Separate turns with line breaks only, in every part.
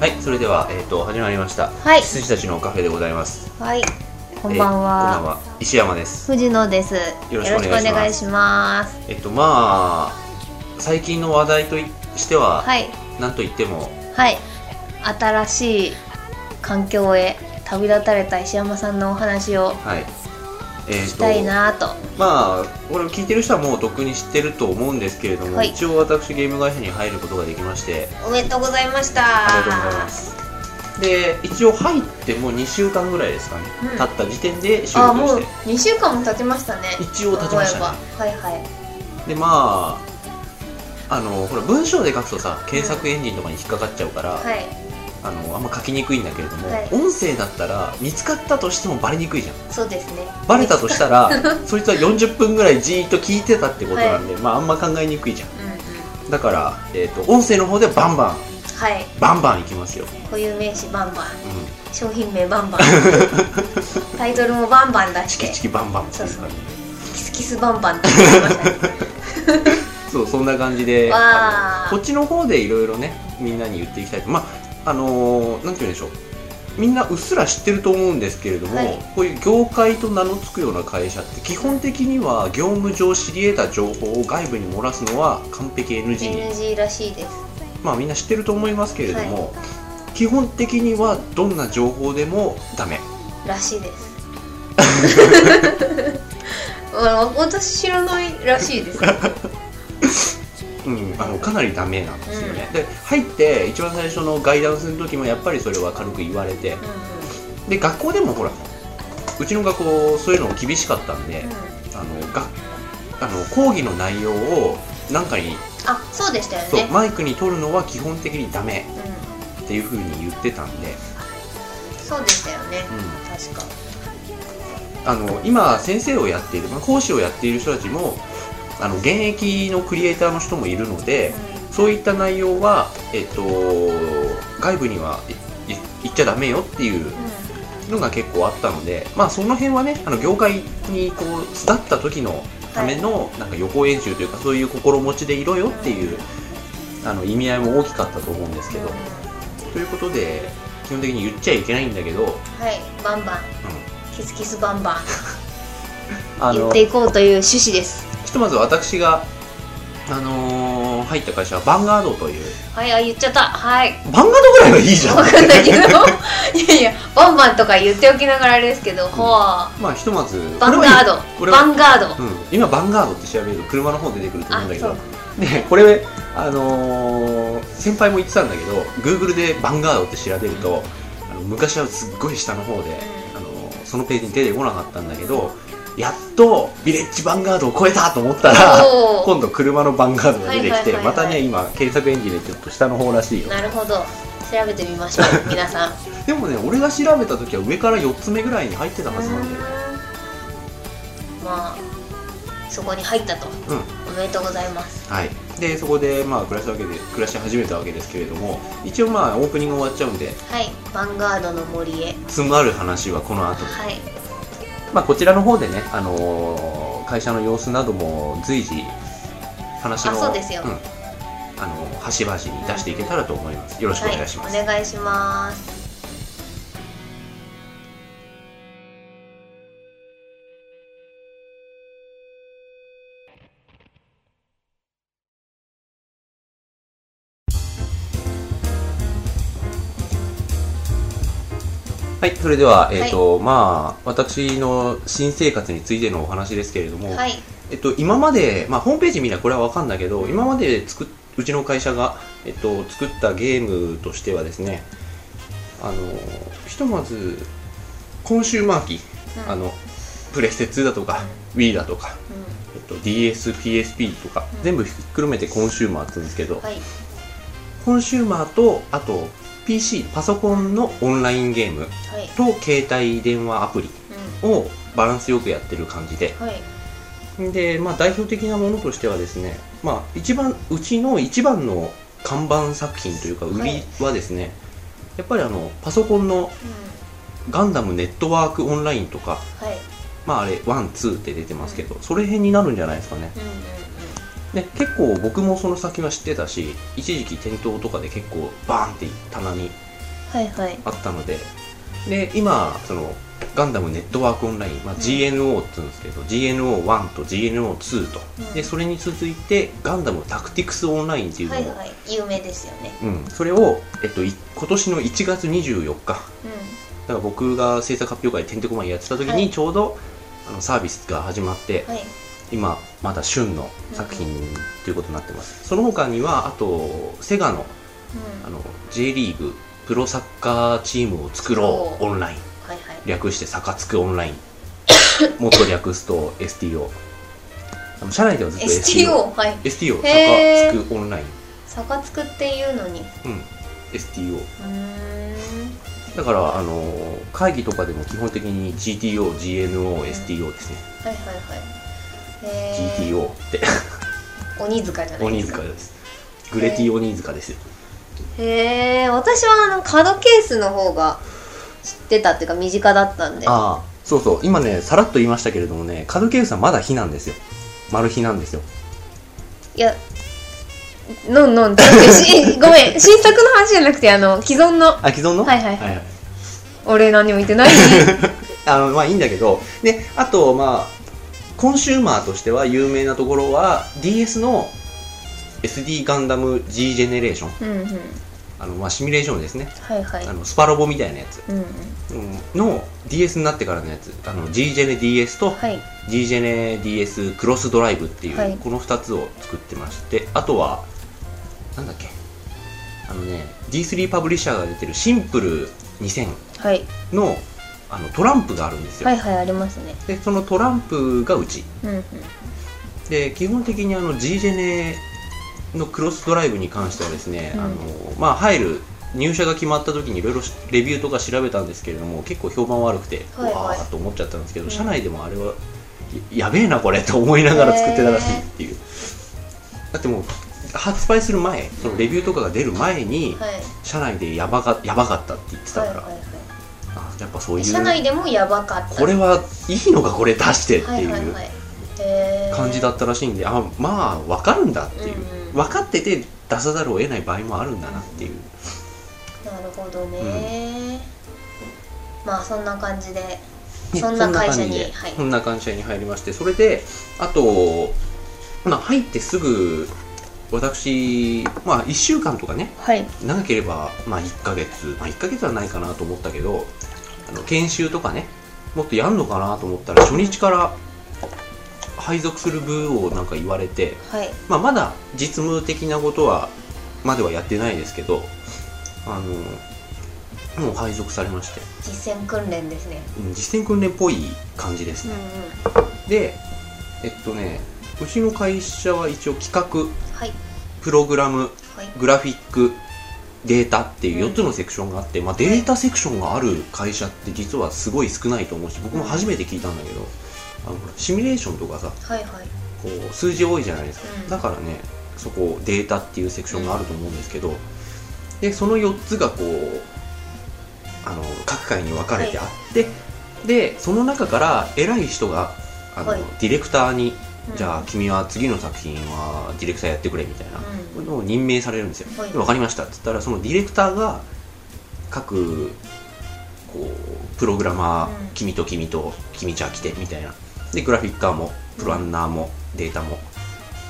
はい、それでは、えっ、と、始まりました。
はい
羊たちのカフェでございます。
はい、こ
えーこ
んばん
んばん
は。
は。石山です。
藤野です。
よ
よ
ろ
ろ
し
し
く
く
お
お
願
願
い
い
し
します。
えっ、と、まあ、最近の話題といしては、
はい、
なんといっても、
はい、新しい環境へ旅立たれた石山さんのお話を
はい。えっ、
したい
と、
なぁと。
まあ、これを聞いてる人はもうとっくに知ってると思うんですけれども、
はい
一応私ゲーム会社に入ることができまして、
おめでとうございました。
ありがとうございます。で、一応入ってもう2週間ぐらいですかね、
う
経
ん
った時点で収
あ、
録を
も
し
う
て、
二週間も経ちましたね。
一応経ちましたね
思えばはいはい。
でまああのほら文章で書くとさ検索エンジンとかに引っかかっちゃうから、
はい。
あのあんま書きにくいんだけれども、
はい
音声だったら見つかったとしてもバレにくいじゃん
そうですね。
バレたとした らそいつは40分ぐらいじーっと聞いてたってことなんで、まああんま考えにくいじゃん
うんうん。
だから、えー、と音声の方ではバンバン
はい。
バンバンいきますよ、
固有名詞バン
う
バン、
ん、
商品名バンバン、タイトルもバンバン出し
チ
て
キ、チキバンバンっていう
そうそ
感
う
じ
キスキスバンバン出してましたね。
そうそんな感じで
わー
あのこっちの方でいろいろねみんなに言っていきたいとまああのーなんて言うんでしょうみんなうっすら知ってると思うんですけれども、
はい
こういう業界と名の付くような会社って基本的には業務上知り得た情報を外部に漏らすのは完璧 NG に、
NG らしいです
まあみんな知ってると思いますけれども、基本的にはどんな情報でもダメ
らしいです あの私知らないらし いです
うん、あのかなりダメなんですよね、で入って一番最初のガイダンスの時もやっぱりそれは軽く言われて、
うんう
で学校でもほらうちの学校そういうの厳しかったんで
ん、うん
あのがあの講義の内容をなんかに
あそうでしたよ
そう
ね
マイクに取るのは基本的にダメ
う
っていう風に言ってたんで、
んそうでしたよね
う
確
ん、
か
あの今先生をやっているまあ講師をやっている人たちもあの現役のクリエイターの人もいるのでそういった内容は、えっと、外部にはいい言っちゃダメよっていう
うん
のが結構あったので、まあ、その辺はねあの業界にこう巣立った時のためのなんか予行演習というかそういう心持ちでいろよっていうあの意味合いも大きかったと思うんですけ
うん
どということで基本的に言っちゃいけないんだけど、うん、
はいバンバンキスキスバンバン
あ
言
の
っていこうという趣旨です
ひとまず私が、あのー入った会社はバンガードという
はいあ言っちゃった はい
バンガードぐらいはいいじゃん
わかんないけど いやいやバンバンとか言っておきながらあれですけどほう
まあひとまず
バンガード
これは
バンガード
うん、今バンガードって調べると車の方出てくると思うんだけど
あ
ねこれあのー先輩も言ってたんだけど Google でバンガードって調べるとあの昔はすっごい下の方で、あのーそのページに出てこなかったんだけどやっとビレッジバンガードを超えたと思ったら
おー
今度車のバンガードが出てきて
はいはいはいはい
またね今検索エンジンでちょっと下の方らしいよ
なるほど調べてみまし ょう皆さん
でもね俺が調べた時は上から4つ目ぐらいに入ってたはずなんだよね
まあそこに入ったと
うん
おめでとうございます
はい、でそこでまあ暮らしわけで暮らし始めたわけですけれども一応まあオープニング終わっちゃうんで
はいヴァンガードの森へ
積もある話はこの後
はい
まあこちらの方でね、あのー会社の様子なども随時話の
あそうですよ
んあのー端々に出していけたらと思いますよろしくお願いします、
はい、お願いします
はい、それでは、えっ、と、まあ、私の新生活についてのお話ですけれども、
はい
えっと、今まで、まあ、ホームページ見たらこれはわかんないけど、今まで作っうちの会社が、えっと、作ったゲームとしてはですね、あの、ひとまず、コンシューマー機、
うん
あの、プレステ2だとか、Wii だとか、
う
えっと、DS、PSP とか、
うん
全部ひっくるめてコンシューマーって言うんですけど、
んはい
コンシューマーと、あと、PC、パソコンのオンラインゲーム
はい
と携帯電話アプリをバランスよくやってる感じで、
うんはい
で、まあ、代表的なものとしてはですね、まあ、一番うちの一番の看板作品というか売
は
り
い
はですね、やっぱりあのパソコンの「
う
ガンダムネットワークオンライン」とか、
んはい
まあ、あれ「ワンツー」って出てますけどそれ辺になるんじゃないですかね
うんうん
で結構僕もその先は知ってたし一時期店頭とかで結構バーンって棚に
はいはい
あったのでで今そのガンダムネットワークオンライン、まあ、GNO って言うんですけど、GNO1 と GNO2 と、
うん
でそれに続いてガンダムタクティクスオンラインっていうの
は
を、
いはい有名ですよね
うん、それを、えっと、い今年の1月24日だから僕が制作発表会てんてこまいやってた時
は
に
い
ちょうど、あのサービスが始まって、
うんはい
今まだ旬の作品ということになってます、その他にはあとセガの
うん
あの J リーグプロサッカーチームを作ろう
そう
オンライン
はいはい
略して「サカツクオンライ ン」もっと略すと STO あの社内ではずっと STO
STO はい
STO
へー
サカツクオンライン
サカツクっていうのにう
うん STO
ーん
だから、あのー会議とかでも基本的に GTO、GNO、STO ですね。
はいはいはいえー、
GTO って、
鬼塚じゃない
鬼
ですか
塚です。グレティ鬼塚ですよ。
へえ私はあのカードケースの方が知ってたっていうか身近だったんで
ああ、そうそう。今ね、さらっと言いましたけれどもね、カドケウさんまだ火なんですよ。丸火なんですよ。
いやのんのんだっ てしごめん新作の話じゃなくてあの既存の
あ、既存の
はいはい
はいはい。
俺何も言っ てない
あの、まあいいんだけど、で、あと、まあ、コンシューマーとしては有名なところは、DS の SD ガンダム G ジェネレーション。
うんうん
あの、まあシミュレーションですね。
はいはい
あの、スパロボみたいなやつ。
うんうん
うんの DS になってからのやつあの G ジェネ DS と
はい
G ジェネ DS クロスドライブっていう、
はい
この2つを作ってましてあとはなんだっけあのね D3 パブリッシャーが出てるシンプル2000
はい
のあのトランプがあるんですよ、
はいはいありますね
でそのトランプがうち
うんうん
で基本的にあの G ジェネのクロスドライブに関してはですね、
うん
あのまあ入る入社が決まった時にいろいろレビューとか調べたんですけれども結構評判悪くて、
はいはいう
わーっと思っちゃったんですけど、
うん
社内でもあれはややべえなこれと思いながら作ってたらしいっていうだってもう発売する前そのレビューとかが出る前に、
はい
社内でやばかやばかったって言ってた
は
か
い
ら、
はい
あやっぱそう
はいい社内
う
でもやばかった
これはいいのかこれ出してって
はい
い
はいうはいへー
感じだったらしいんで、あまあ分かるんだっていう、
うんうん
分かってて出さざるを得ない場合もあるんだなっていう、
なるほどね、まあそんな感じで
ね
そんな会
そんな
社に
感じで
はい
そんな会社に入りましてそれであと、まあ、入ってすぐ私、まあ、1週間とかね
はい
長ければ、まあ、1ヶ月、まあ、1ヶ月はないかなと思ったけどあの研修とかねもっとやんのかなと思ったら初日から配属する部をなんか言われて、
はい
まあ、まだ実務的なことはまではやってないですけどあのもう配属されまして
実践訓練ですね
うん実践訓練っぽい感じです
うんう
ね
ん、
でえっとねうちの会社は一応企画
はい
プログラム
はい
グラフィックデータっていううん4つのセクションがあって、まあ、データセクションがある会社って実はすごい少ないと思うし僕も初めて聞いたんだけどあのほらシミュレーションとかさ
はいはい
こう数字多いじゃないですか、
うん
だからねそこデータっていうセクションがあると思うんですけど、でその4つがこうあの各界に分かれてあって、でその中から偉い人があの、
はい
ディレクターに、
うん
じゃあ君は次の作品はディレクターやってくれみたいな
うん
のを任命されるんですよ、
はい
で分かりましたって言ったらそのディレクターが各こうプログラマー、
うん
君と君と君ちゃん来てみたいなでグラフィッカーもプランナーもデータも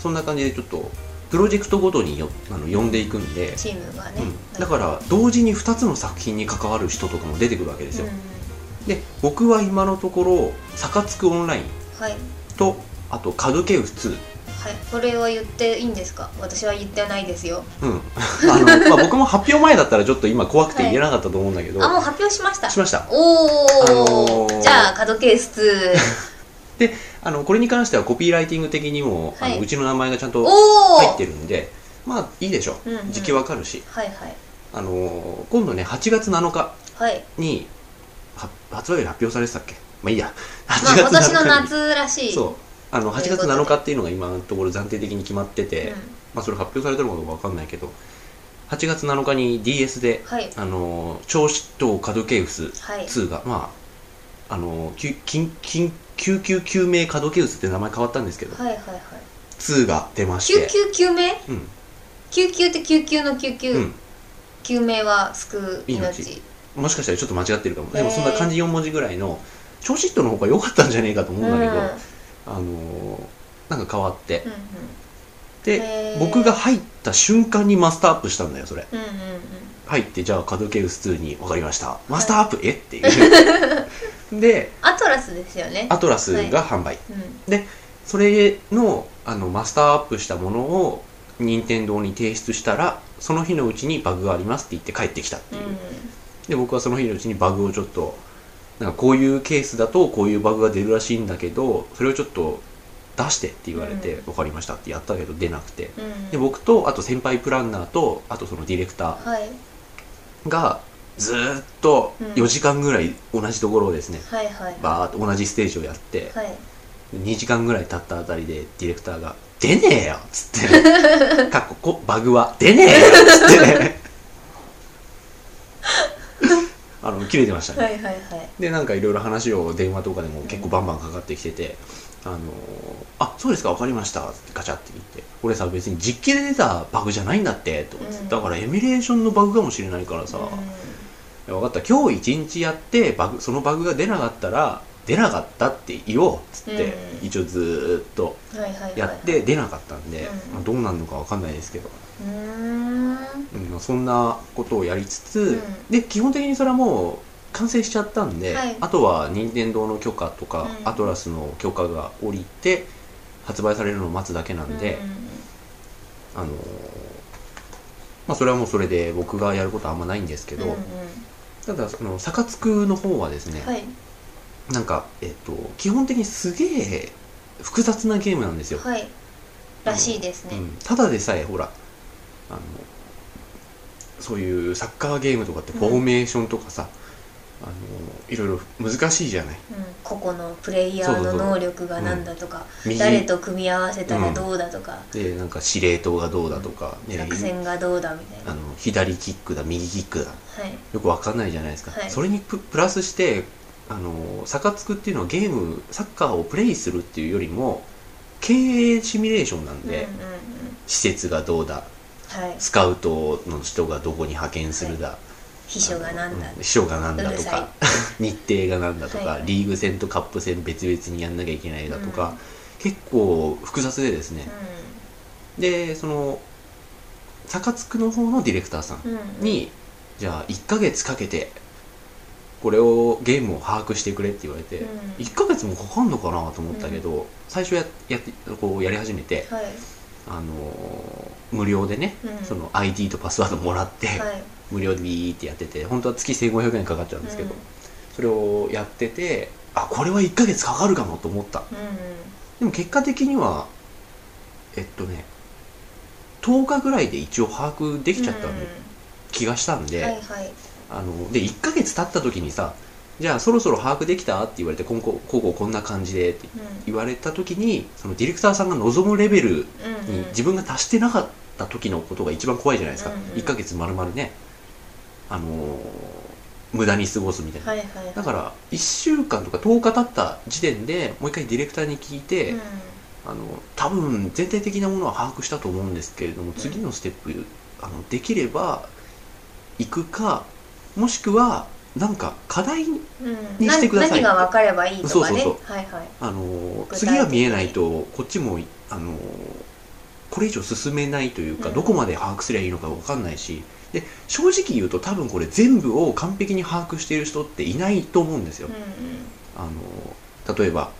そんな感じでちょっとプロジェクトごとによあの呼んでいくんで、
チームがね、
うん、だから同時に2つの作品に関わる人とかも出てくるわけですよ、
うん
で僕は今のところ「サカツクオンライン
はいはい」
とあと「カドケウ2」
これは言っていいんですか私は言ってないですよ
うん、 あのまあ僕も発表前だったらちょっと今怖くて言えなかったと思うんだけど、
あもう発表しました
しました
おお、
あのー
じゃあ角ケース
あのこれに関してはコピーライティング的にも、
はい
あのうちの名前がちゃん
2
と
おお
入ってるんでまあいいでしょ
うんうん
時期わかるし、
はいはい
あのー今度ね8月7日
はい
には発売日発表されてたっけまあいいや8
まあ今
月
年
7
の
日に、
夏らしい
そうあの8
というこ
月
とで
7日っていうのが今のところ暫定的に決まって
う
て、
ん
まあそれ発表されてるのかどうかわかんないけど8月7日に DS で
はい
あのー超子とカドケウス
はい
2が、まあ、あの、きゅ緊緊救急救命カドケウスって名前変わったんですけど、
はいはいはい
2が出まし
救
て、
急救命
うん、
救急って救急の救急、
うん、
救命は救う命
命もしかしたらちょっと間違ってるかもでもそんな漢字4文字ぐらいの調子っとの方が良かったんじゃねえかと思うんだけど、
うん
あのーなんか変わって
うんへ
で
ー
僕が入った瞬間にマスターアップしたんだよそれ
うんうんうん
入ってじゃあカドケウス2に分かりましたマスターアップえっていう で
アトラスですよね
アトラスが販売、
うんうん
それのあのマスターアップしたものを任天堂に提出したらその日のうちにバグがありますって言って帰ってきたっていう、で僕はその日のうちにバグをちょっとなんかこういうケースだとこういうバグが出るらしいんだけどそれをちょっと出してって言われて、
う
分かりましたってやったけど出なくて
うん
で僕とあと先輩プランナーとあとそのディレクタ
はい
ーがずーっと
うん
4時間ぐらい同じところをですね、
はいはい
バーっと同じステージをやって、
はい
2時間ぐらい経ったあたりでディレクターが「出ねえよ」っつ って「かっここバグは出ねえよ」っつってあの切れてましたね、
はいはいはい
でなんかいろいろ話を電話とかでも結構バンバンかかってきてて「あのーあそうですか分かりました」ってガチャって言って「俺さ別に実機で出たバグじゃないんだって」とか言って、
うん
だからエミュレーションのバグかもしれないからさ、分かった今日一日やってバグそのバグが出なかったら出なかったって言おうっつって、
うん
一応ずーっと
うんはいはいはい
やって出なかったんで、
うん
まあどうなるのか分かんないですけど、
うーん
うんまあそんなことをやりつつ、
うん
で基本的にそれはもう完成しちゃったんで、
はい
あとは任天堂の許可とか、
うん
アトラスの許可が下りて発売されるのを待つだけなんで、あのーまあ、それはもうそれで僕がやることはあんまないんですけ
うん
ど、
うんうん
ただそのサカツクの方はですね、
はい
なんか、えっと、基本的にすげえ複雑なゲームなんですよ、
はいらしいですね
うん、ただでさえほらあのそういうサッカーゲームとかってフォーメーションとかさ、あのいろいろ難しいじゃない
うん個々のプレイヤー
そうそ
の
うそう
能力がなんだとか
右
誰と組み合わせたらどうだとか
でなんか司令塔がどうだとか、ね
作戦がどうだみたい
あ
な
の左キックだ右キックだ
はい
よくわかんないじゃないですか、
はい
それにププラスしてあのサカツクっていうのはゲームサッカーをプレイするっていうよりも経営シミュレーションなんで、
うんうんうん
施設がどうだ
はい
スカウトの人がどこに派遣するだ、
秘書がなんだ
うん秘書がなんだ
う
と
る
か
さ
日程がなんだとか、
はい
リーグ戦とカップ戦別々にやんなきゃいけないだとか、
うん
結構複雑でですね、でそのサカツクの方のディレクターさん
うんうん
に、じゃあ1ヶ月かけてこれをゲームを把握してくれって言われて、
うん
1ヶ月もかかんのかなと思ったけど、最初ややってこうやり始めて、
はい
あのー無料でね、
うん
その ID とパスワードもらって、
はい
無料でビーってやってて本当は月1500円かかっちゃうんですけど、
うん
それをやっててあこれは1ヶ月かかるかもと思った
うんうん
でも結果的にはえっとね10日ぐらいで一応把握できちゃった
うん
気がしたんで、
はいはい
あので1ヶ月経った時にさじゃあそろそろ把握できたって言われてこんここうこうこんな感じでって言われた時にそのディレクターさんが望むレベル
うんうん
に自分が達してなかった時のことが一番怖いじゃないですか、
うんうん
1ヶ月丸々ねあのー無駄に過ごすみたいな、
はいはいはい
だから1週間とか10日経った時点でもう一回ディレクターに聞いて、
うん
あの多分全体的なものは把握したと思うんですけれども次のステップあのできれば行くかもしくはなんか課題に
うん
にしてください
何が分かればいいとかね
そうそう
はいはい
あのー
具体的に
次が見えないとこっちもあのーこれ以上進めないというか、
うん
どこまで把握すればいいのか分かんないしで正直言うと多分これ全部を完璧に把握している人っていないと思うんですよ、
う
あのー例えば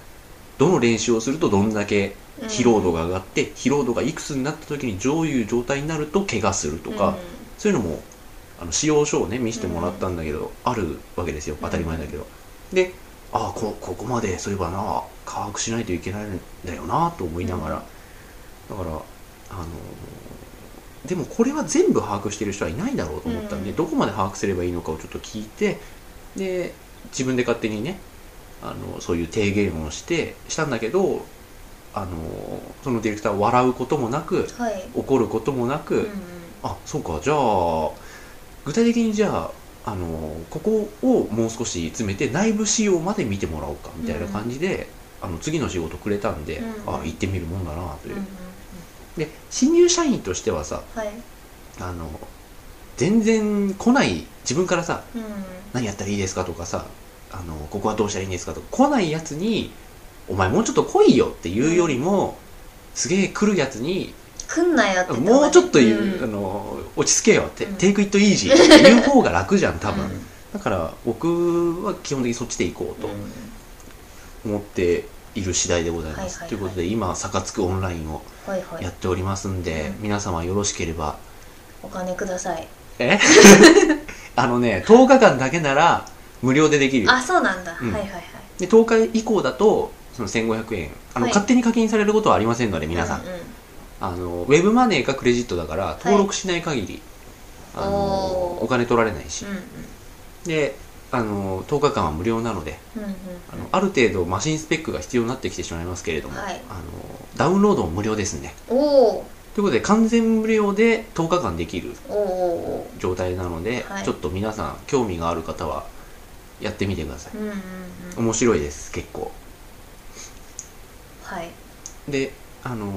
どの練習をするとどんだけ
んうん
疲労度が上がって、疲労度がいくつになった時にどういう状態になると怪我するとか、そういうのもあの使用書をね見せてもらったんだけど、あるわけですよ当たり前だけど、でああこここまでそういえばな把握しないといけないんだよなと思いながら、だからあのーでもこれは全部把握してる人はいないだろうと思ったんで、
うん
どこまで把握すればいいのかをちょっと聞いてで自分で勝手にねあのそういう提言をしてしたんだけどあのーそのディレクターは笑うこともなく
うんはい
怒ることもなく、
うん
あそうかじゃあ具体的にじゃあ、あのここをもう少し詰めて内部仕様まで見てもらおうかみたいな感じで、あの次の仕事くれたんで、
うん
あ行ってみるもんだなと
う
い
ん
う、
うんうん
で新入社員としてはさ
はい
あの全然来ない自分からさ
うん
何やったらいいですかとかさあのここはどうしたらいいんですかとか来ないやつにお前もうちょっと来いよっていうよりもすげえ来るやつに
来んなよって
もうちょっと言う、
う
あ
ん
の落ち着けよって、
うん
テイクイットイージーって言う方が楽 じゃん多分、
うん
だから僕は基本的にそっちで行こうと
うん
思っている次第でございます、
はいはいはい
ということで今「サカつくオンライン」を
はいは
やっ
い
ておりますんで、
うん
皆様よろしければ
お金ください
え あのね10日間だけなら無料でできるよ
あそうなんだ、
うん
はいはいはい
で10日以降だとその1500円あの、
はい
勝手に課金されることはありませんので皆さん、
うう
あのウェブマネーかクレジットだから登録しない限り、あ
お
の
ー
お金取られないし、
うん
であの10日間は無料なので
うんうんうん
あのある程度マシンスペックが必要になってきてしまいますけれども、
はい
あのダウンロードも無料ですね
おー
ということで完全無料で10日間できる
おーお
状態なので、
はい
ちょっと皆さん興味がある方はやってみてください
ー、うんうんうん
面白いです結構
はい
であのー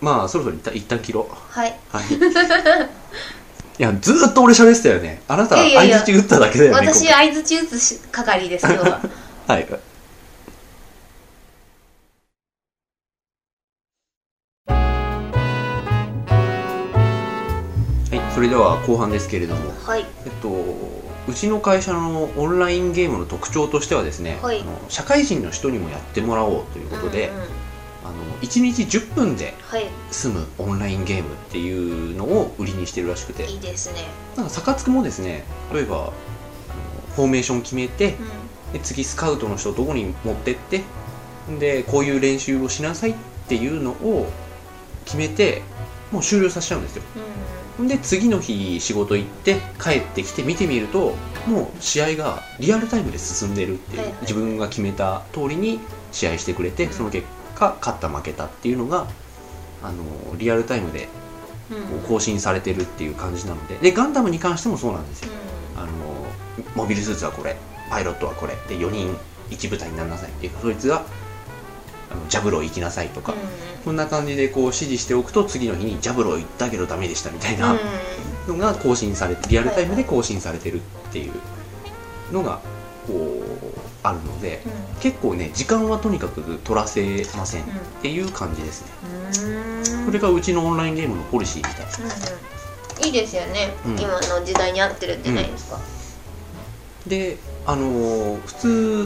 まあそろそろ一旦一旦切ろう
はい
はいいやずーっと俺喋ってたよねあなた
いやいやいや
相槌打っただけだよね
私
今
相づち打つし係です今日は
回はいはいそれでは後半ですけれども
はい
えっと、うちの会社のオンラインゲームの特徴としてはですね、
はい
あの社会人の人にもやってもらおうということで、
うんうん
あの1日10分で
はい
済むオンラインゲームっていうのを売りにしてるらしくて
いいですね
なんかサカツクもですね例えばあのフォーメーション決めて
う
で
ん
次スカウトの人をどこに持ってってでこういう練習をしなさいっていうのを決めてもう終了させちゃうんですよ
うん
で次の日仕事行って帰ってきて見てみるともう試合がリアルタイムで進んでるっていう、
はいはい
自分が決めた通りに試合してくれて、
うん
その結果勝った負けたっていうのがあのリアルタイムで
うん
こう更新されてるっていう感じなのででガンダムに関してもそうなんですよ、
う
あのモビルスーツはこれパイロットはこれで4人1部隊になりなさいっていうそいつがあのジャブロー行きなさいとか、
ん
こんな感じでこう指示しておくと次の日にジャブロー行ったけどダメでしたみたいな、
うん
のが更新されてリアルタイムで更新されてるっていうのがこうあるので
う
結構ね時間はとにかく取らせませんっ
ん
ていう感じですね
うん
これがうちのオンラインゲームのポリシーみたい
うんうんいいですよね、
うん
今の時代に合ってるんじゃないですか、
であのー普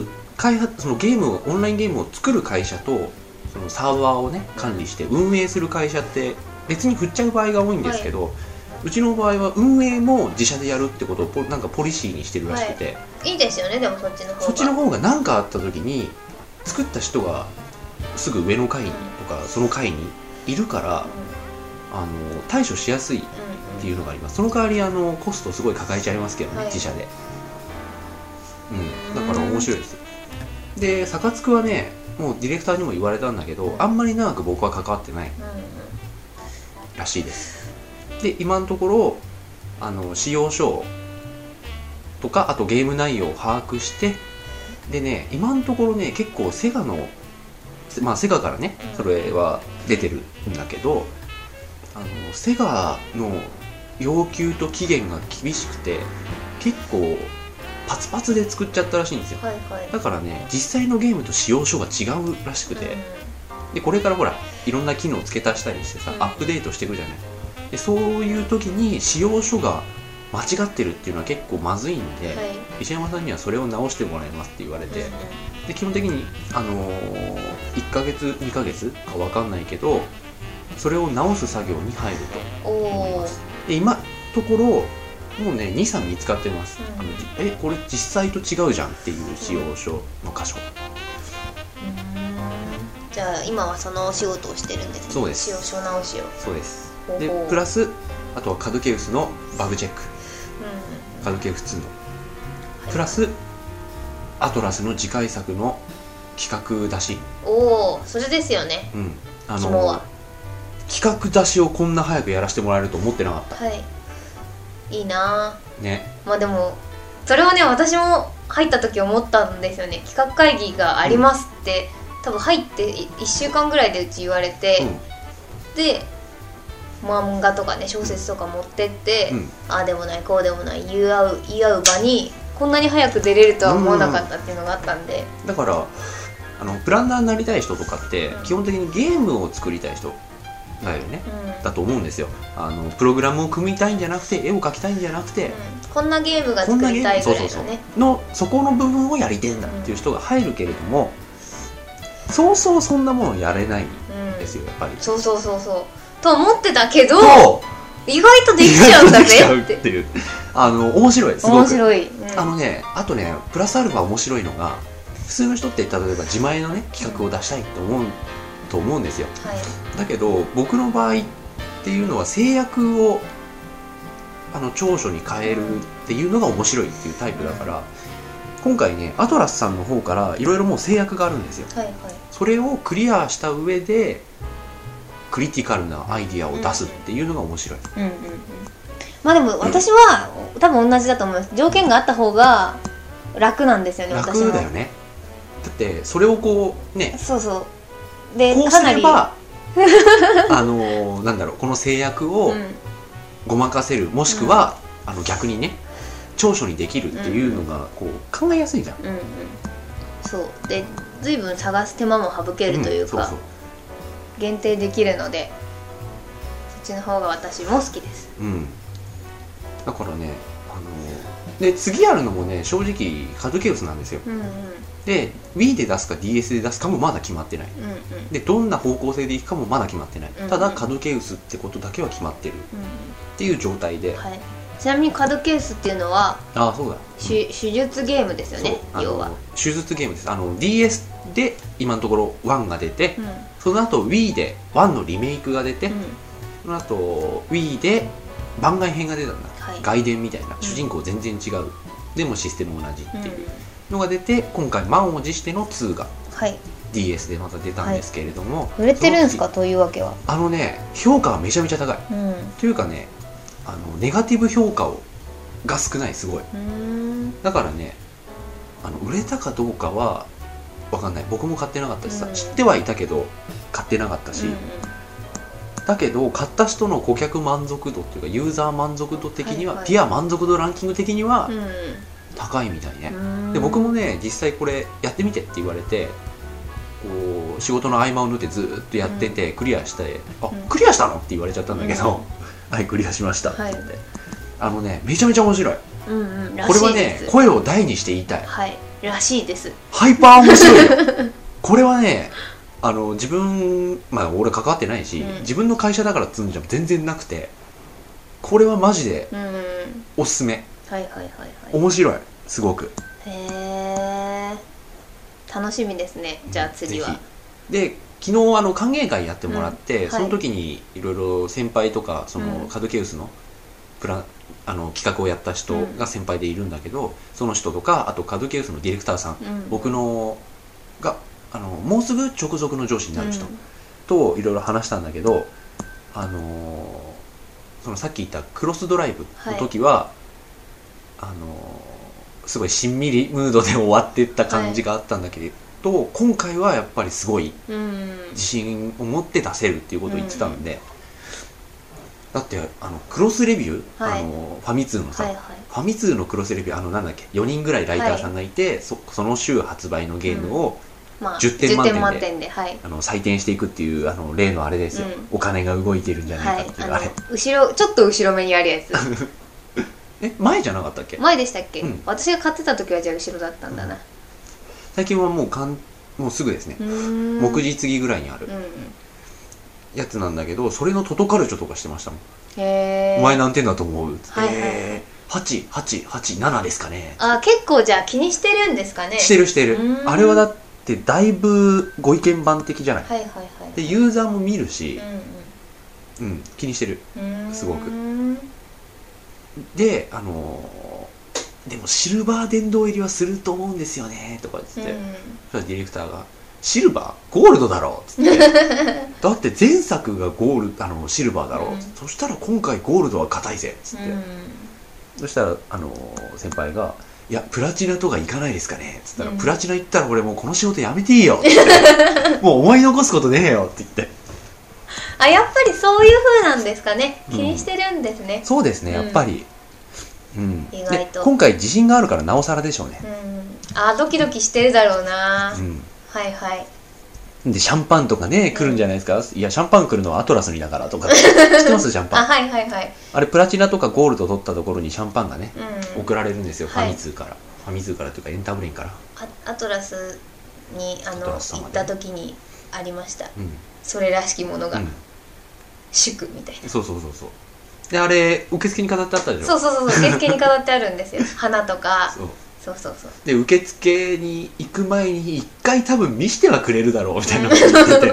通開発そのゲームをオンラインゲームを作る会社とそのサーバーをね管理して運営する会社って別に振っちゃう場合が多いんですけど、うちの場合は運営も自社でやるってことをポなんかポリシーにしてるらしくて、
いいですよねでもそっちの方が
そっちの方が何かあった時に作った人がすぐ上の階にとかその階にいるからあの対処しやすいっ
うんうん
ていうのがありますその代わりあのコストすごい抱えちゃいますけどね、
はい
自社でうんだから面白いですよでサカツクはねもうディレクターにも言われたんだけどあんまり長く僕は関わってない
うんうん
らしいですで今のところあの使用書とかあとゲーム内容を把握してでね今のところね結構セガのせまあセガからね
うん
それは出てるんだけどあのセガの要求と期限が厳しくて結構パツパツで作っちゃったらしいんですよ
はいはい
だからね実際のゲームと使用書が違うらしくて、
うん
でこれからほらいろんな機能を付け足したりしてさ、
うん
アップデートしていくじゃないでそういう時に使用書が間違ってるっていうのは結構まずいんで、
はい
石山さんにはそれを直してもらいますって言われて、
うん
で基本的に、あのー、1ヶ月2ヶ月か分かんないけどそれを直す作業に入る
お
と思い
お
ま
ー
すで今ところもうね23見つかってます、
うん
あのじえこれ実際と違うじゃんっていう使用書の箇所
うんじゃあ今はそのお仕事をしてるんですね
そうです
使用書直しを
そうです
ほう
で
ほう
プラスあとはカドケウスのバグチェック
うん
カドケウス2のプラスアトラスの次回作の企画出し、
おおそれですよね
うん、あ
肝は
の企画出しをこんな早くやらせてもらえると思ってなかっ
はいいいな
たね
ぁまあでもそれはね私も入った時思ったんですよね企画会議がありますって、多分入って1週間ぐらいでうち言われて、
う
で漫画とかね小説とか持ってって、
うん
ああでもないこうでもない言い合う言い合う場にこんなに早く出れるとは思わなかったっていうのがあったんで、
だからあのプランナーになりたい人とかって基本的にゲームを作りたい人だよね
うん
だと思うんですよあのプログラムを組みたいんじゃなくて絵を描きたいんじゃなくて、
うんこんなゲームが
こん
作
な
り
ゲ
た
ーム
い
そ
ぐ
うそう
らい
そ
の
う
ね
のそこの部分をやりてえんだっていう人が入るけれども、そうそうそんなものやれないん
うん
ですよやっぱり。
そうそうそうそうと思ってたけど
そう
意外とできちゃうんだ
できちゃう
ぜ
っ
って
ていうあの面白いすご
面
く
白い、うん
あのねあとねプラスアルファ面白いのが普通の人って例えば自前のね企画を出したいと思うと思うんですよ
はい
だけど僕の場合っていうのは制約をあの長所に変えるっていうのが面白いっていうタイプだから今回ねアトラスさんの方からいろいろもう制約があるんですよ
はいはい
それをクリアした上でクリティカルなアイディアを出すっていうのが面白い、
うんうんうんまあでも私は、多分同じだと思います条件があった方が楽なんですよね私も
楽だよねだってそれをこうね
そうそうで
こう
か
す
なり
ればあのーなんだろうこの制約を
うん
ごまかせる、もしくは、あの逆にね長所にできるっていうのがこう考えやすいじゃん、
うんうんそうで随分探す手間も省け
う
る
ん
というか、
そう
限定できるのでそっちの方が私も好きです
そう、うん、だからねあのーで次やるのもね正直カドケウスなんですよ
うんうんうんうん
で Wii で出すか DS で出すかもまだ決まってないでどんな方向性でいくかもまだ決まってない、
うん
ただカドケウスってことだけは決まってるっ
う
ていう状態で、
んはいちなみにカードケースっていうのは
ああそうだ
手手術ゲームですよね
そう
要
あ
は
の手術ゲームですあの DS で今のところ1が出て、
うんうん
その後 Wii で1のリメイクが出て、その後 Wii で番外編が出たんだ、
はい
外伝みたいな、
ん
主人公全然違うでもシステム同じっていう
う
のが出て今回満を持しての2が
んはい
DS でまた出たんですけれども、
売れてるんですかというわけは
その時あのね評価はめちゃめちゃ高い
うんう
というかねあのネガティブ評価をが少ないすごい
ーん
だからねあの売れたかどうかは分かんない僕も買ってなかったしさ、
うん
知ってはいたけど買ってなかったし、だけど買った人の顧客満足度っていうかユーザー満足度的には、
はいはい
ピア満足度ランキング的には
うんうん
高いみたいね、
うん
で僕もね実際これやってみてって言われてこう仕事の合間を縫ってずーっとやってて、クリアして「あ、
うん
クリアしたの?」って言われちゃったんだけど「 はいクリアしました」って言って、あのねめちゃめちゃ面白い
うんうんら
こ
し
れはいね
です
声を大にして言いたい
はいらしいです
ハイパー面白 いよこれはねあの自分まあ俺関わってないし、
うん
自分の会社だからっつうんじゃ全然なくてこれはマジで
うんうんはい
おすすめ
はいはいはい
面白いすごく
へえ楽しみですねじゃあ次は
ぜひで昨日あの歓迎会やってもらって、
うんはい
その時にいろいろ先輩とかその、
うん
カドケウスのプランあの企画をやった人が先輩でいるんだけど、その人とかあとカドケウスのディレクターさん、
うん
僕のがあのもうすぐ直属の上司になる人、
うん
といろいろ話したんだけど、あのーそのさっき言ったクロスドライブの時は、あのーすごいしんみりムードで終わってった感じがあったんだけど、今回はやっぱりすごい
うん
自信を持って出せるっていうことを言ってたんで、だってあのクロスレビュー、
はい
あのファミ通のさ、
はいはい
ファミ通のクロスレビューあのなんだっけ4人ぐらいライターさんがいて、そその週発売のゲームを、
まあ
10点満点で
10はい
あの採点していくっていうあの例のあれですよ、
うん
お金が動いてるんじゃな
はいい
かっていう、
あ
あれ
の後ろちょっと後ろ目にあるや つ
え前じゃなかったっけ
前でしたっけ、
うん
私が買ってた時はじゃあ後ろだったんだな
最近はもうかんもうすぐですね
う、ーん
目次次ぐらいにある
うんうん
やつなんだけどそれのトトカルチョとかしてましたもん、
へえ
お前何点だと思うつって、
はいはいはい
8887ですかね
あ結構じゃあ気にしてるんですかね
してるしてる
うん
あれはだってだいぶご意見番的じゃない、
はいはいはい
でユーザーも見るし
う、ん
うん気にしてる
うんうーん
すごく
うん
であのーでもシルバー殿堂入りはすると思うんですよねとか言ってて、そしたらディレクターが「シルバーゴールドだろ」っつって だって前作がゴールあのシルバーだろ、
うん
そしたら今回ゴールドは硬いぜっつって、
うん
そしたらあのー先輩が「いやプラチナとかいかないですかね」っつったら、
うん
プラチナ行ったら 俺もうこの仕事やめていいよ」っつって「もう思い残すことねえよ」って言って
あやっぱりそういう風なんですかね
うん
気にしてるんですね、
そうですね
う
や
ん
っぱり、うん
意外と
で今回自信があるからなおさらでしょうね
うん、あドキドキしてるだろうな、
う
はいはい
んでシャンパンとかね来るんじゃないですかいやシャンパン来るのはアトラスにだから とか知ってますシャンパ
あ
ン
はいはいはい
あれプラチナとかゴールド取ったところにシャンパンがね
うん
送られるんですよ、
は
ファ
い
ミ通からファミ通からというかエンタブレインから、
あアトラスにあ
ア
の
トラス様で
行った時にありました
うん
それらしきものが、
う
祝みたい
ん、そうそうそうそうであれ受付に飾ってあったで
な
しょ
そうそうそうそう受付に飾ってあるんですよ花とか
そう
そうそうそう
で受付に行く前に一回多分見してはくれるだろうみたいなこと言ってて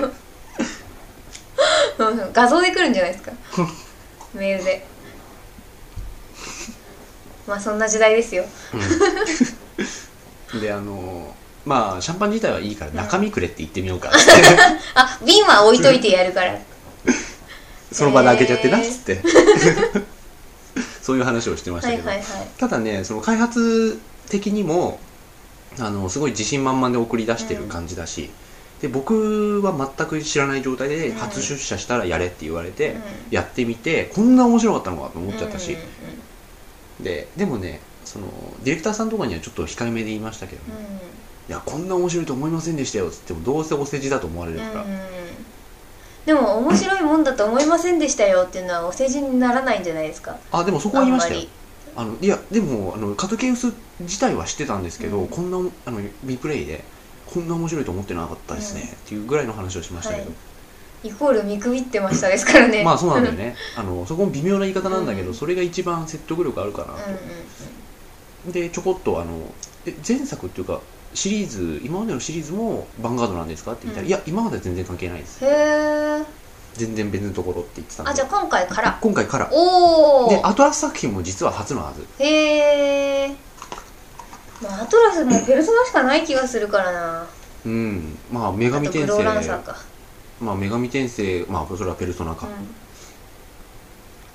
うん うん画像で来るんじゃないで すかメールでまあそんな時代ですよ
うんであのまあシャンパン自体はいいから中身くれって言ってみようかっつって
あ瓶は置いといてやるから
その場で開けちゃってな
へ
っ
ー
つっ て、そういう話をしてまし
は
た
い
け
は
ど、
いはい
ただねその開発的にもあのすごい自信満々で送り出してる感じだし、で僕は全く知らない状態で
うん
初出社したらやれって言われて、
うん
やってみてこんな面白かったのかと思っちゃったし
うん、
ででもねそのディレクターさんとかにはちょっと控えめで言いましたけど、
うんうん
いやこんな面白いと思いませんでしたよっつってもどうせお世辞だと思われる
うん
から、
でも面白いもんだと思いませんでしたよっていうのはお世辞にならないんじゃないですか
あでもそこ
あ
は言
ん
いまし
ま
たよ
り
あのいやでもあのカトケウス自体は知ってたんですけど、
うん
こんなあのリプレイでこんな面白いと思ってなかったですね、
うん
っていうぐらいの話をしましたけど、
イコール見くびってましたですからね
まあそうなんだよ ねあのそこも微妙な言い方なんだけど、
うん
それが一番説得力あるかな
うんうん
と、でちょこっとあのえ前作っていうかシリーズ今までのシリーズも「ヴァンガードなんですか?」って言ったら、
うん
いや今までは全然関係ないです
うんへえ
全然別のところって言ってたんで
あじゃあ今回から
今回から
お
で
お
アトラス作品も実は初のはず
へえ、まあ、アトラスもペルソナしかない気がするからな
うんまあ女
あ
神
と
転
クローランサー
生
か、
まあ女神転生まあそれはペルソナ
う
か、
ん、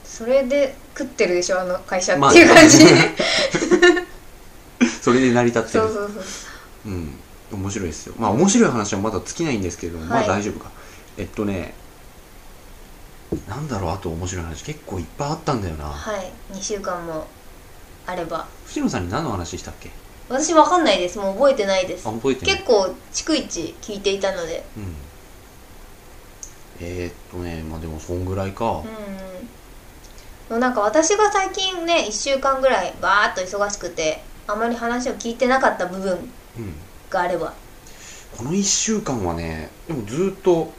それで食ってるでしょあの会社
まあ
っていう 感じ、
それで成り立って
そ
る
うそうそう
うん面白いですよまあ面白い話はまだ尽きないんですけれども、
はい
まあ大丈夫かえっとねなんだろうあと面白い話結構いっぱいあったんだよな、
はい2週間もあれば
藤野さんに何の話したっけ
私わかんないですもう覚えてないです
あ覚えてない
結構逐一聞いていたので
うんえー、っとねまあでもそんぐらいか
うんもうなんか私が最近ね1週間ぐらいバーっと忙しくてあまり話を聞いてなかった部分
うん、
があれば
この1週間はねでもずーっと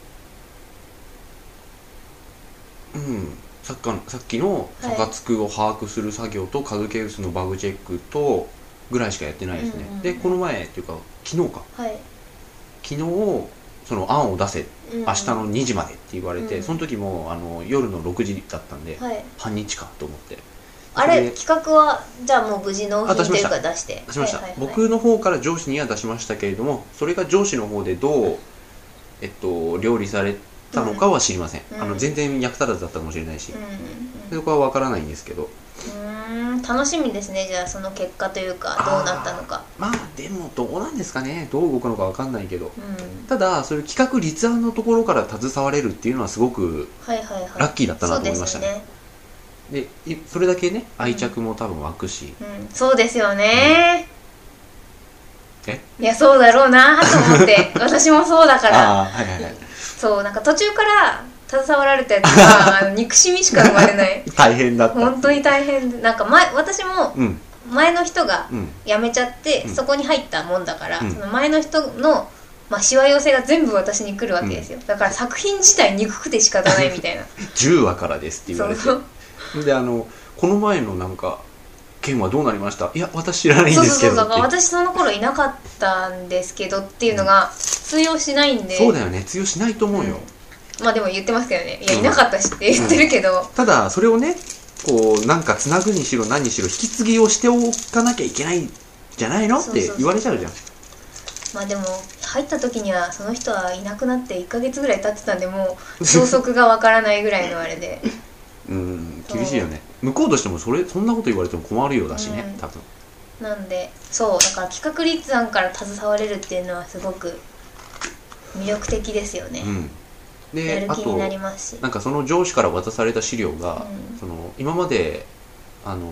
うんさっきのさっきのサカツクを把握する作業と、カズケウスのバグチェックとぐらいしかやってないですね、
うんうんうん
でこの前っていうか昨日か
はい、
昨日その案を出せ
うん、
明日の2時までって言われて、
うん
その時もあの夜の6時だったんで、
はい
半日かと思って
あ
そ
れ
れで
企画はじゃあもう無事納
あ出
品
し
と
ま
い
した
うか出して
出しました、
はいはいはい、
僕の方から上司には出しましたけれどもそれが上司の方でどう、えっと、料理されたのかは知りません、
うん
あの全然役立たずだったかもしれないし、
うん
そこは分からないんですけど
うんうん楽しみですねじゃあその結果というかどうなったのか
まあでもどうなんですかねどう動くのか分かんないけど
うん
ただそういう企画立案のところから携われるっていうのはすごく
はいはいはい
ラッキーだったなと思いました
そう
ね
ですよね
でいそれだけね愛着も多分湧くし、
うん、そうですよね、
え
いやそうだろうなと思って 私もそうだから
ああはいはいはい
そうなんか途中から携わられたやつがあ の憎しみしか生まれない
大変だった
本当に大変でなんか前私も
うん
前の人が
うん
辞めちゃって、
うん
そこに入ったもんだから、
うん
その前の人の、まあ、しわ寄せが全部私に来るわけですよ、だから作品自体憎くて仕方ないみたいな
10話からですって言われて
そう
であのこの前のなんか件はどうなりましたいや私知らないん
そう
です
そ
け
うそう
ど
だ
っ
から
て
私その頃いなかったんですけどっていうのが通用しないんで
そうだよね通用しないと思うよ、
まあでも言ってますけどねいや
うん
いなかったしって言ってるけど、
ただそれをねこうなんかつなぐにしろ何にしろ引き継ぎをしておかなきゃいけないんじゃないのっ
そうそう
て
そう
言われちゃうじゃん
まあでも入った時にはその人はいなくなって1ヶ月ぐらい経ってたんでもう消息がわからないぐらいのあれで
うん厳しいよね向こうとしてもそれそんなこと言われても困るようだしね、
うん
多分
なんでそうだから企画立案から携われるっていうのはすごく魅力的ですよね、
うん
や
で
る
あ
気に
と
なりますし
なんかその上司から渡された資料が、
うん
その今まであの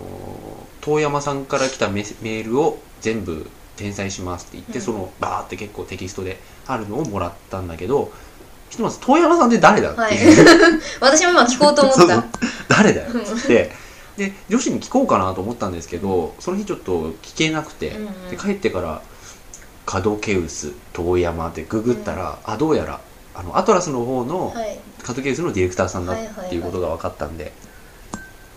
遠山さんから来たメメールを全部転載しますって言って、
うん
そのバーって結構テキストであるのをもらったんだけどひとまず遠山さんって誰だって
はい
いう、
私も今聞こうと思っ
そうそ
た
う誰だよっつってで女子に聞こうかなと思ったんですけどその日ちょっと聞けなくて、
うんうん
で帰ってから「カドケウス遠山」ってググったら、あどうやらあのアトラスの方の
はいはい
カドケウスのディレクターさんだっていうことが分かったんで、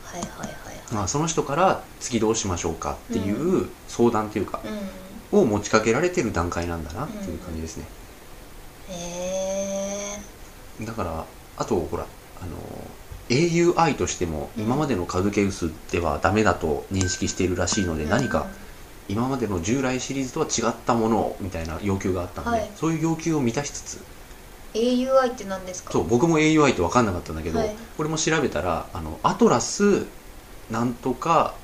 はいはい
まあ、その人から次どうしましょうかっていうう相談というか
はい、うん
を持ちかけられてる段階なんだなっていう感じですね、
へえ
だからあとほらあの AUI としても
うん
今までのカドケウスではダメだと認識しているらしいので、何か今までの従来シリーズとは違ったものをみたいな要求があったので、
はい
そういう要求を満たしつつ
AUI って何ですか
そう僕も AUI って分かんなかったんだけど、
はい
これも調べたらあのアトラスなんとか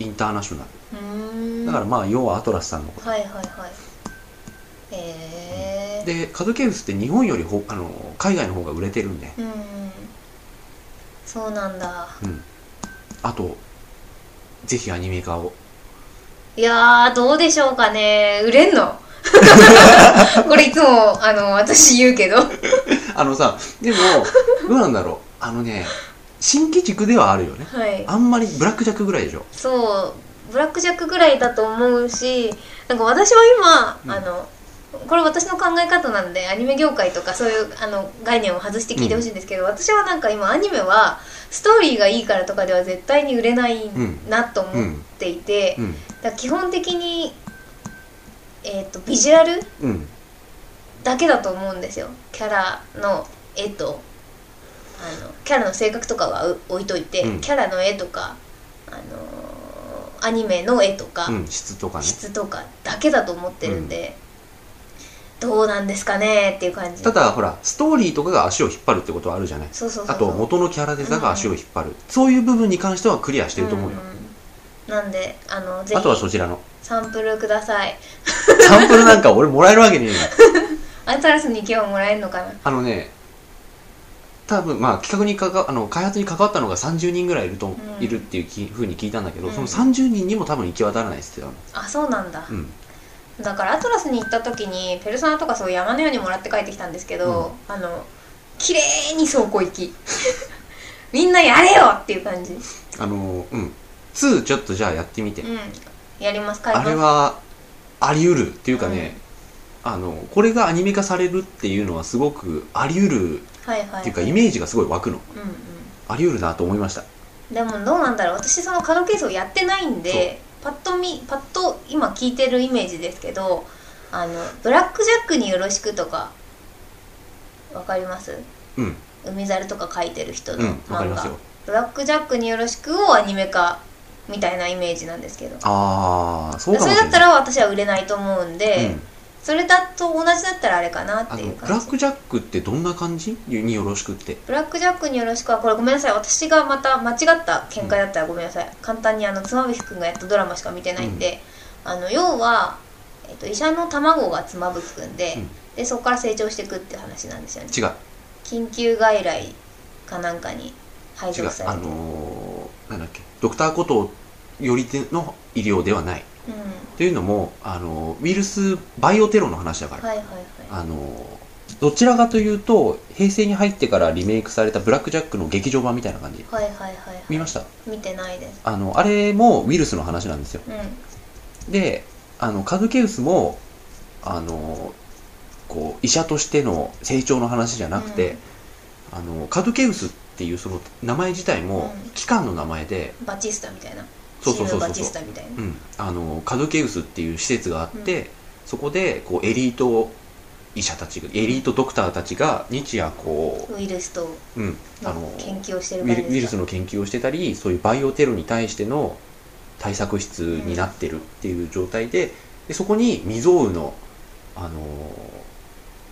インターナショナル
うーん
だからまあ要はアトラスさんのこと
はいはいはいへえ
でカドケウスって日本よりほあの海外の方が売れてるんで、
うんそうなんだ
うん、あとぜひアニメ化を
いやーどうでしょうかね売れ んのこれいつもあの私言うけど
あのさ でもどうなんだろうあのね新規軸ではあるよね
はい
あんまりブラックジャックぐらいでしょ
そうブラックジャックぐらいだと思うしなんか私は今、
うん
あのこれ私の考え方なんでアニメ業界とかそういうあの概念を外して聞いてほしいんですけど、私はなんか今アニメはストーリーがいいからとかでは絶対に売れない
ん
なと思っていて、
うん
だから基本的に、えー、とビジュアル
うん
だけだと思うんですよキャラの絵とあのキャラの性格とかはう置いといて、
うん
キャラの絵とか、あのーアニメの絵とか、
うん質とかね
質とかだけだと思ってるんで、どうなんですかねっていう感じ
ただほらストーリーとかが足を引っ張るってことはあるじゃない
そうそうそうそう
あと元のキャラデザが足を引っ張る、そういう部分に関してはクリアしてると思うよ、
んなんであのぜ
あとはそ
ひ
ちらの
サンプルください
サンプルなんか俺もらえるわけねえよ
アンタラスに今日はもらえるのかな
あのね、多分まあ企画にかかあの開発に関わったのが30人ぐらいいると、
うん
いるっていうきふうに聞いたんだけど、
うん
その30人にも多分行き渡らないですよ、
あそうなんだ、
うん、
だからアトラスに行った時にペルソナとかそう山のようにもらって帰ってきたんですけど、あの綺麗に倉庫行き みんなやれよっていう感じうん
あのうん2ちょっとじゃあやってみて、
やります買いま
あ
す
れはあり得るっていうかね、あのこれがアニメ化されるっていうのはすごくあり得る
はいはい、
っていうかイメージがすごい湧くの
うんうん
あり得るなと思いました
でもどうなんだろう私そのカードケースをやってないんでパッと見パッと今聞いてるイメージですけどあのブラックジャックによろしくとかわかります
うん
海猿とか書いてる人
うん
の
わかり
漫
ま
画、
すよ
ブラックジャックによろしくをアニメ化みたいなイメージなんですけど
ああそうか
そ
もしれ
れ
な
だ
い
ったら私は売れないと思うんで、
うん
それだと同じだったらあれかなっ
あ
てい
の
う
ブラ
感
ッ
じ
クジャックってどんな感じによろしくって
ブラックジャックによろしくはこれごめんなさい私がまた間違った見解だったらごめんなさい、簡単にあの妻夫木君がやったドラマしか見てないんで、あの要は、えっと、医者の卵が妻夫木君で,、
うん
でそこから成長していくっていう話なんですよね
違う
緊急外来かなんかに配
違う
属さ
あ
れて、
のーなんだっけドクターことよりでの医療ではない
うん
というのも、あのーウイルスバイオテロの話だから、
はいはいは
あのーどちらかというと平成に入ってからリメイクされたブラック・ジャックの劇場版みたいな感じ
いはいはいはいはい
見ました
見てないです
あのあれもウイルスの話なんですよ
うん
であのカズケウスもあのこう医者としての成長の話じゃなくて、あのカドケウスっていうその名前自体も
うん
機関の名前で、
バチスタみたいな
そうそうそう
チーム
そう
バチス
そ
タみたいな
う、うん、あのカドケウスっていう施設があって、そこでこうエリート医者たちがエリートドクターたちが日夜こ
ウイルスと
う、うん、あの
の研究をしてる
ウ
感
イ
じ
ルウイルス
の
の研究をしてたりそういうバイオテロに対しての対策室になってるっていう状態で,、でそこに未曾有の、あのー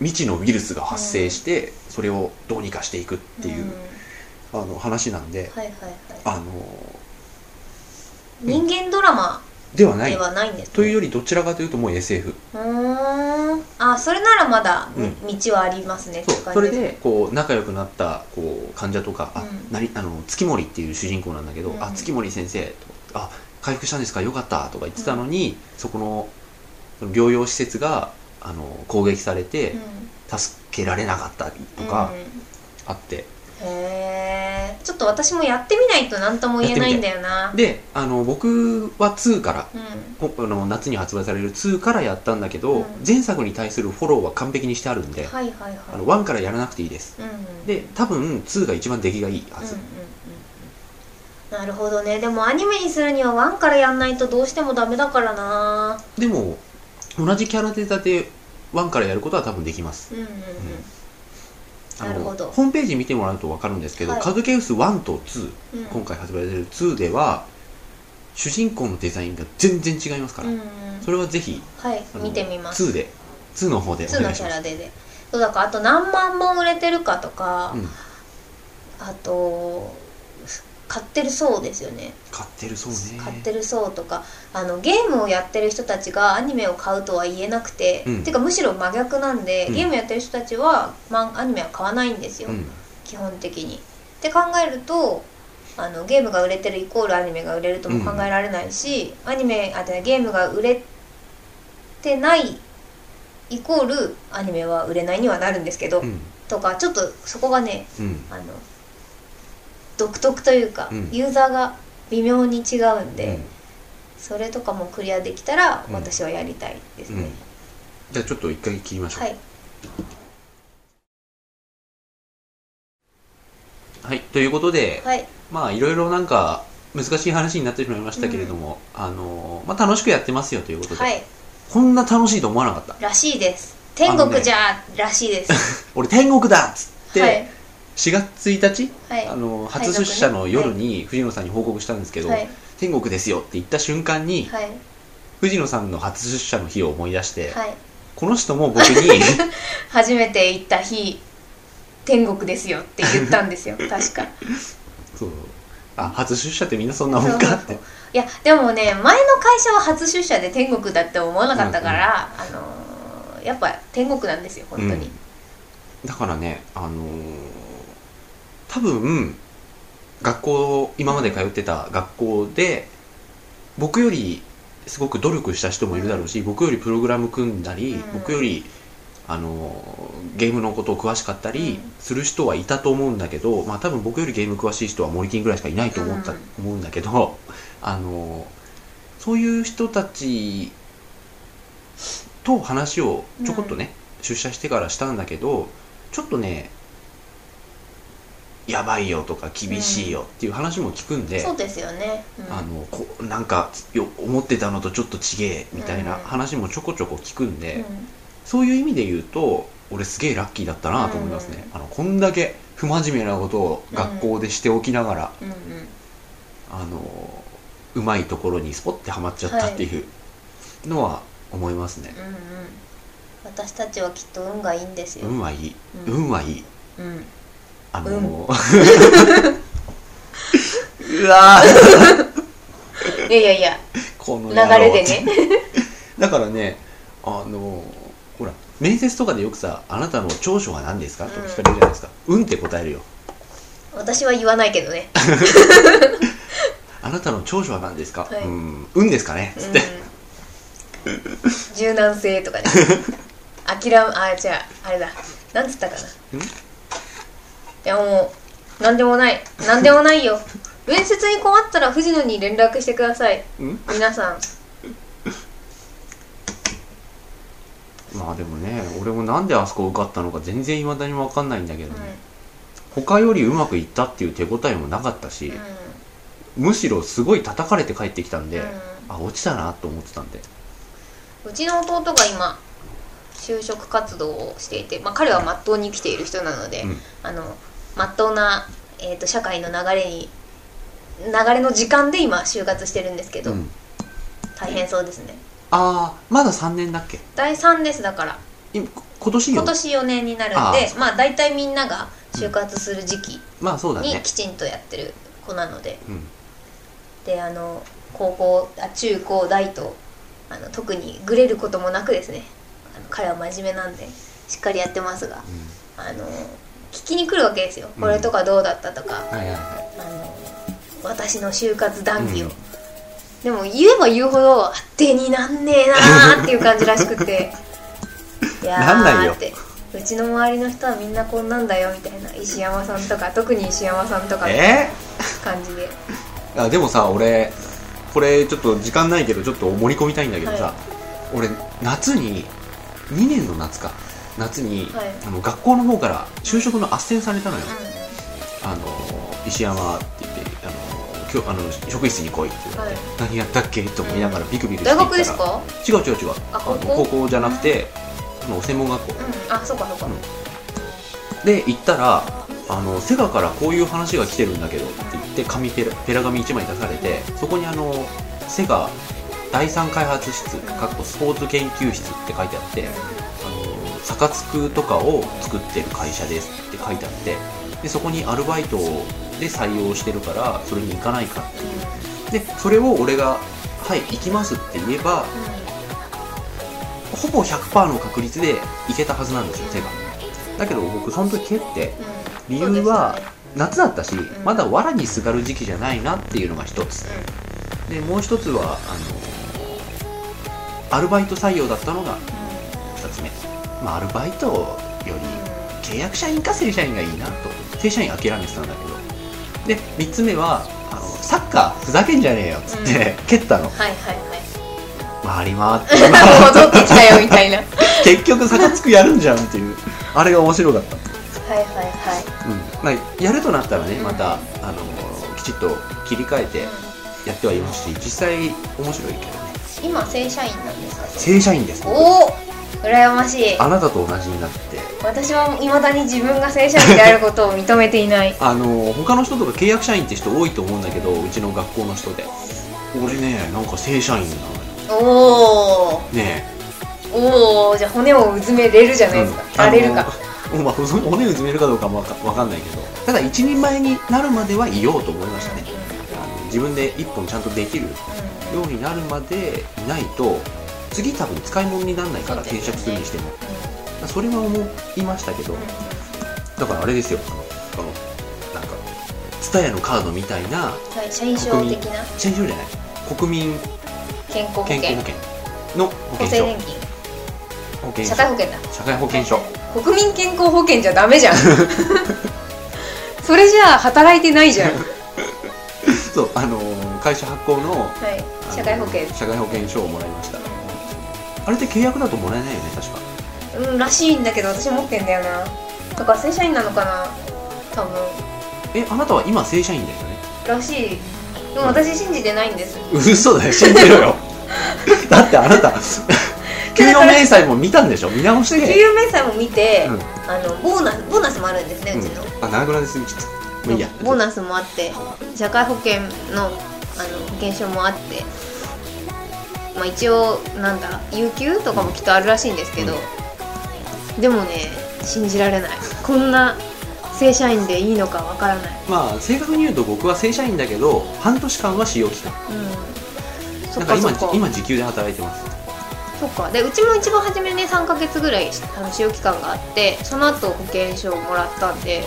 未知のウイルスが発生して、それをどうにかしていくっていう、
ん
あの話なんで、
はいはいはい
あのー
人間ドラマ
ではない
ではないんですね
というよりどちらかというともう SF
うーんあそれならまだ
うん
道はありますねって
そう
感
そ
じ
れ
です
でこう仲良くなったこう患者とか、あ
うん
なりあの月森っていう主人公なんだけど「
うん
あ月森先生」とあ回復したんですかよかった」とか言ってたのに、そこのその療養施設があの攻撃されて助けられなかったりとか
うん
あって、
うんへえちょっと私もやってみないと何とも言えないんだよな
であの僕は2から
うん
こあの夏に発売される2からやったんだけど、
うん
前作に対するフォローは完璧にしてあるんで、
はいはい
あの
は
1からやらなくていいです
いうん
で多分2が一番出来がいいはず、
うんうんうんうんなるほどねでもアニメにするにはワンからやんないとどうしてもダメだからな
でも同じキャラデータで1からやることは多分できます
うんうんうん
あ
なる
の
ほど
ホームページ見てもらうと分かるんですけど「
はい
カズケウス1」と「2」
うん
今回発売される「2」では主人公のデザインが全然違いますから、
うんうん
それはぜひ
はい
あの
見てみます
2で2の方でお
2の
願い
キ
し
ャ
ま
ラ
す
ででそうだからあと何万本売れてるかとか、
うん
あと買ってる層ですよね
買ってるそうね
買ってる層とかあのゲームをやってる人たちがアニメを買うとは言えなくて、
うん
てかむしろ真逆なんで、
うん
ゲームやってる人たちは、ま、アニメは買わないんですよ、
うん
基本的に。って考えるとあのゲームが売れてるイコールアニメが売れるとも考えられないし、アニメあでゲームが売れてないイコールアニメは売れないにはなるんですけど、
うん
とかちょっとそこがね
うん
あの独特というか、
うん
ユーザーが微妙に違うんで、
うん
それとかもクリアできたら
うん
私はやりたいですね。
うんじゃあちょっと一回切りましょう
はい、
はい、ということで、
はい、
まあいろいろなんか難しい話になってしまいましたけれども、あのまあ、楽しくやってますよということで、
はい、
こんな楽しいと思わなかった
らしいです。天国じゃー、らしい です。
俺天国だっつって、
はい、
4月1日、
はい
あの初出社の夜に藤野さんに報告したんですけど、
はい、
天国ですよって言った瞬間に、
はい、
藤野さんの初出社の日を思い出して、
はい、
この人も僕に
初めて行った日。天国ですよって言ったん ですよ、確か。
そうあ初出社ってみんなそんなもんかって
いや、でもね、前の会社は初出社で天国だって思わなかったから、あのーやっぱ天国なんですよ、本当に。
うんだからねあのー多分学校今まで通ってた学校で僕よりすごく努力した人もいるだろうし、僕よりプログラム組んだり、
うん
僕よりあのーゲームのことを詳しかったり
うん
する人はいたと思うんだけど、まあ多分僕よりゲーム詳しい人は森金ぐらいしかいないと思った、
うん
思うんだけどあのーそういう人たちと話をちょこっとね、出社してからしたんだけどちょっとねやばいよとか厳しいよっていう話も聞くんで、
そうですよね。うん
あのこなんかよ思ってたのとちょっと違えみたいな
うん
話もちょこちょこ聞くんで、
うん
そういう意味で言うと俺すげえラッキーだったなと思いますね、あのこんだけ不真面目なことを学校でしておきながら、
うんうん
あのうまいところにスポッてはまっちゃったっていうのは思いますね、
うんうん私たちはきっと運がいいんですよ、
運はいい、
うん
運はいい
うん
あ のーうわー
いやいやいや
この
流
野郎
れでね
だからねあのーほら面接とかでよくさ「あなたの長所は何ですか?」とか聞かれるじゃないですか「うん」って答えるよ
私は言わないけどね、
「あなたの長所は何ですか
はい
うん「運ですかね」
う
つっ
ん
て、、
柔軟 性とかね諦めあじゃああれだなんつったかないやもうなんでもないなんでもないよ面接に困ったら藤野に連絡してください
うん
皆さん
まあでもね俺もなんであそこ受かったのか全然いまだに分かんないんだけどね、
う
他よりうまくいったっていう手応えもなかった
ん
し
うん、
むしろすごい叩かれて帰ってきたんで、
うん
あ落ちたなと思ってたんで
うちの弟が今就職活動をしていて、まあ、彼は真っ当に生きている人なので、
うん
あの真っ当な、えー、と社会の流れに流れの時間で今就活してるんですけど、
うん
大変そうですね
ああまだ3年だっけ
第3ですだから
今今年よ
今年4年になるん
あ
で
ー
まあ大体みんなが就活する時期
まあそうだ
に
ね
きちんとやってる子なので、
うん
であの高校あ中高大とあの特にグレることもなくですねあの彼は真面目なんでしっかりやってますがあの聞きに来るわけですよ、
うん
これとかどうだったとか、
はいはいは
あの私の就活談義を、
うん
でも言えば言うほど当てになんねえなーっていう感じらしく ていや
なんない
ー
よ
ってうちの周りの人はみんなこんなんだよみたいな石山さんとか特に石山さんとか
い
の
え
感じで、
ー、あでもさ俺これちょっと時間ないけどちょっと盛り込みたいんだけどさ、
は
俺夏に2年の夏か夏に、
はい
あの学校の方から就職の斡旋されたのよ、
う
あの石山って言ってあの今日あの職員室に来いって言われて、
は
何やったっけと思いながらビクビク
ん、
してい
大
ったら
学ですか
違う違う違う
あ高校
の高校じゃなくて、あの専門学校
うんあそうかそうか、
うんで行ったらあの「セガからこういう話が来てるんだけど」って言って紙ペラペラ紙1枚出されてそこにあの「セガ第3開発室」かっこスポーツ研究室って書いてあってあの「サカツクとかを作ってる会社です」って書いてあってでそこにアルバイトで採用してるからそれに行かないかでそれを俺が「はい行きます」って言えばほぼ100%の確率で行けたはずなんですよセガだけど僕その時蹴って
うん
理由は
そうですよね
夏だったし、
ん
まだ藁にすがる時期じゃないなっていうのが一つ
うん
でもう一つはあのアルバイト採用だったのが 二つ目、まあ、アルバイトより契約社員か正社員がいいなと正社員諦めてたんだけどで三つ目はあのサッカーふざけんじゃねえよっつって、蹴ったの
はいはいはい
回り回って
戻ってきたよみたいなはい
結局サカつくやるんじゃんっていうあれが面白かった
はいは
うんまあ、やるとなったらね
うん
また、あのきちっと切り替えてやってはいますし実際面白いけどね
い今正社員なんですか
正社員です
おお羨ましい
あなたと同じになって
私は未だに自分が正社員であることを認めて いない
あの他の人とか契約社員って人多いと思うんだけどうちの学校の人で俺ねなんか正社員なのよ
おお
ね
おおじゃあ骨をうずめれるじゃ
え
ないですか、
うん
られるか
あのまあほん骨うずめるかどうかもわかわかんないけどただ一人前になるまではいようと思いましたねあの自分で一本ちゃんとできるようになるまでいないと次多分使い物にならないから
そう
転
ですよね
職するにしてもそれは思いましたけどだからあれですよあのなんか TSUTAYA のカードみたいな
はい社員証的な
社員証じゃない国民
健康保
健
険
康保険の保
厚
険
生
証
年金
保険
社会保
証
険だ
社会保険証
国民健康保険じゃダメじゃん それじゃあ働いてない じゃんは
そうあのー会社発行のあ
い
の
社会保険
社会保険証をもらいましたあれって契約だともらえないよね確か
うんらしいんだけど私持ってんだよなだから正社員なのかな多分
えあなたは今正社員だよね
らしいでも私信じてないんです
嘘だよ信じろよ だってあな た給与明細も見たんでしょ見直して
給
け
与明細も見て、
うん
あのボーナスボーナスもあるんですねうちの、
うん、あ長くなりすぎちゃったもういいや
ボーナスもあって社会保険のあの保険証もあってまあ一応なんだ有給とかもきっとあるらしいんですけど、でもね信じられないこんな正社員でいいのかわからない
まあ正確に言うと僕は正社員だけど半年間は使用期間
うんそ
な
っ
んか今
かそっか
今時給で働いてます
そっかでうちも一番初めね3ヶ月ぐらいあの使用期間があってその後保険証をもらったんで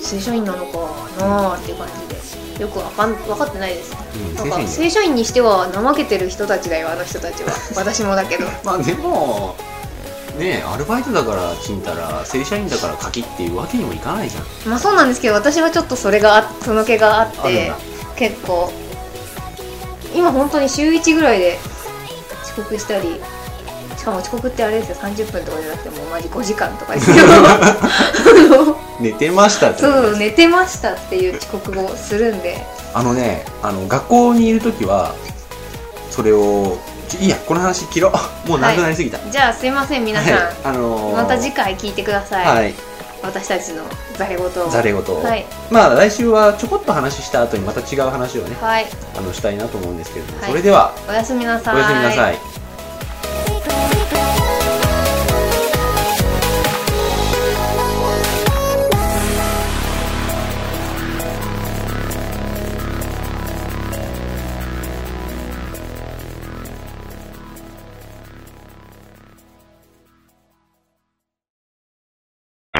う
正社員なのかなーっていう感じでよくわかん分かってないです
ん、うん、正社
なんか
員
正社員にしては怠けてる人たちだよあの人 たちは私もだけど
まあでもねえアルバイトだから金たら正社員だから柿っていうわけにもいかないじゃん
まあそうなんですけど私はちょっとそれがあその気があっ
あるん
て
だ
結構今本当に週1ぐらいで遅刻したりしかも遅刻ってあれですよ30分とかじゃなくてもうマジ5時間と かですよ あの
寝てましたって
そう寝てましたっていう遅刻をするんで
あのねあの学校にいる時はそれをちいいやこの話切ろうも うなくなりすぎた、はい、
じゃあすいません皆さん、
あのー
また次回聞いてください、
はい
私たちのざれ言を
ざれ事を、
はい
まあ来週はちょこっと話した後にまた違う話をね
はい
あのしたいなと思うんですけれども、
はい
それでは
おやすみなさい
おやすみなさい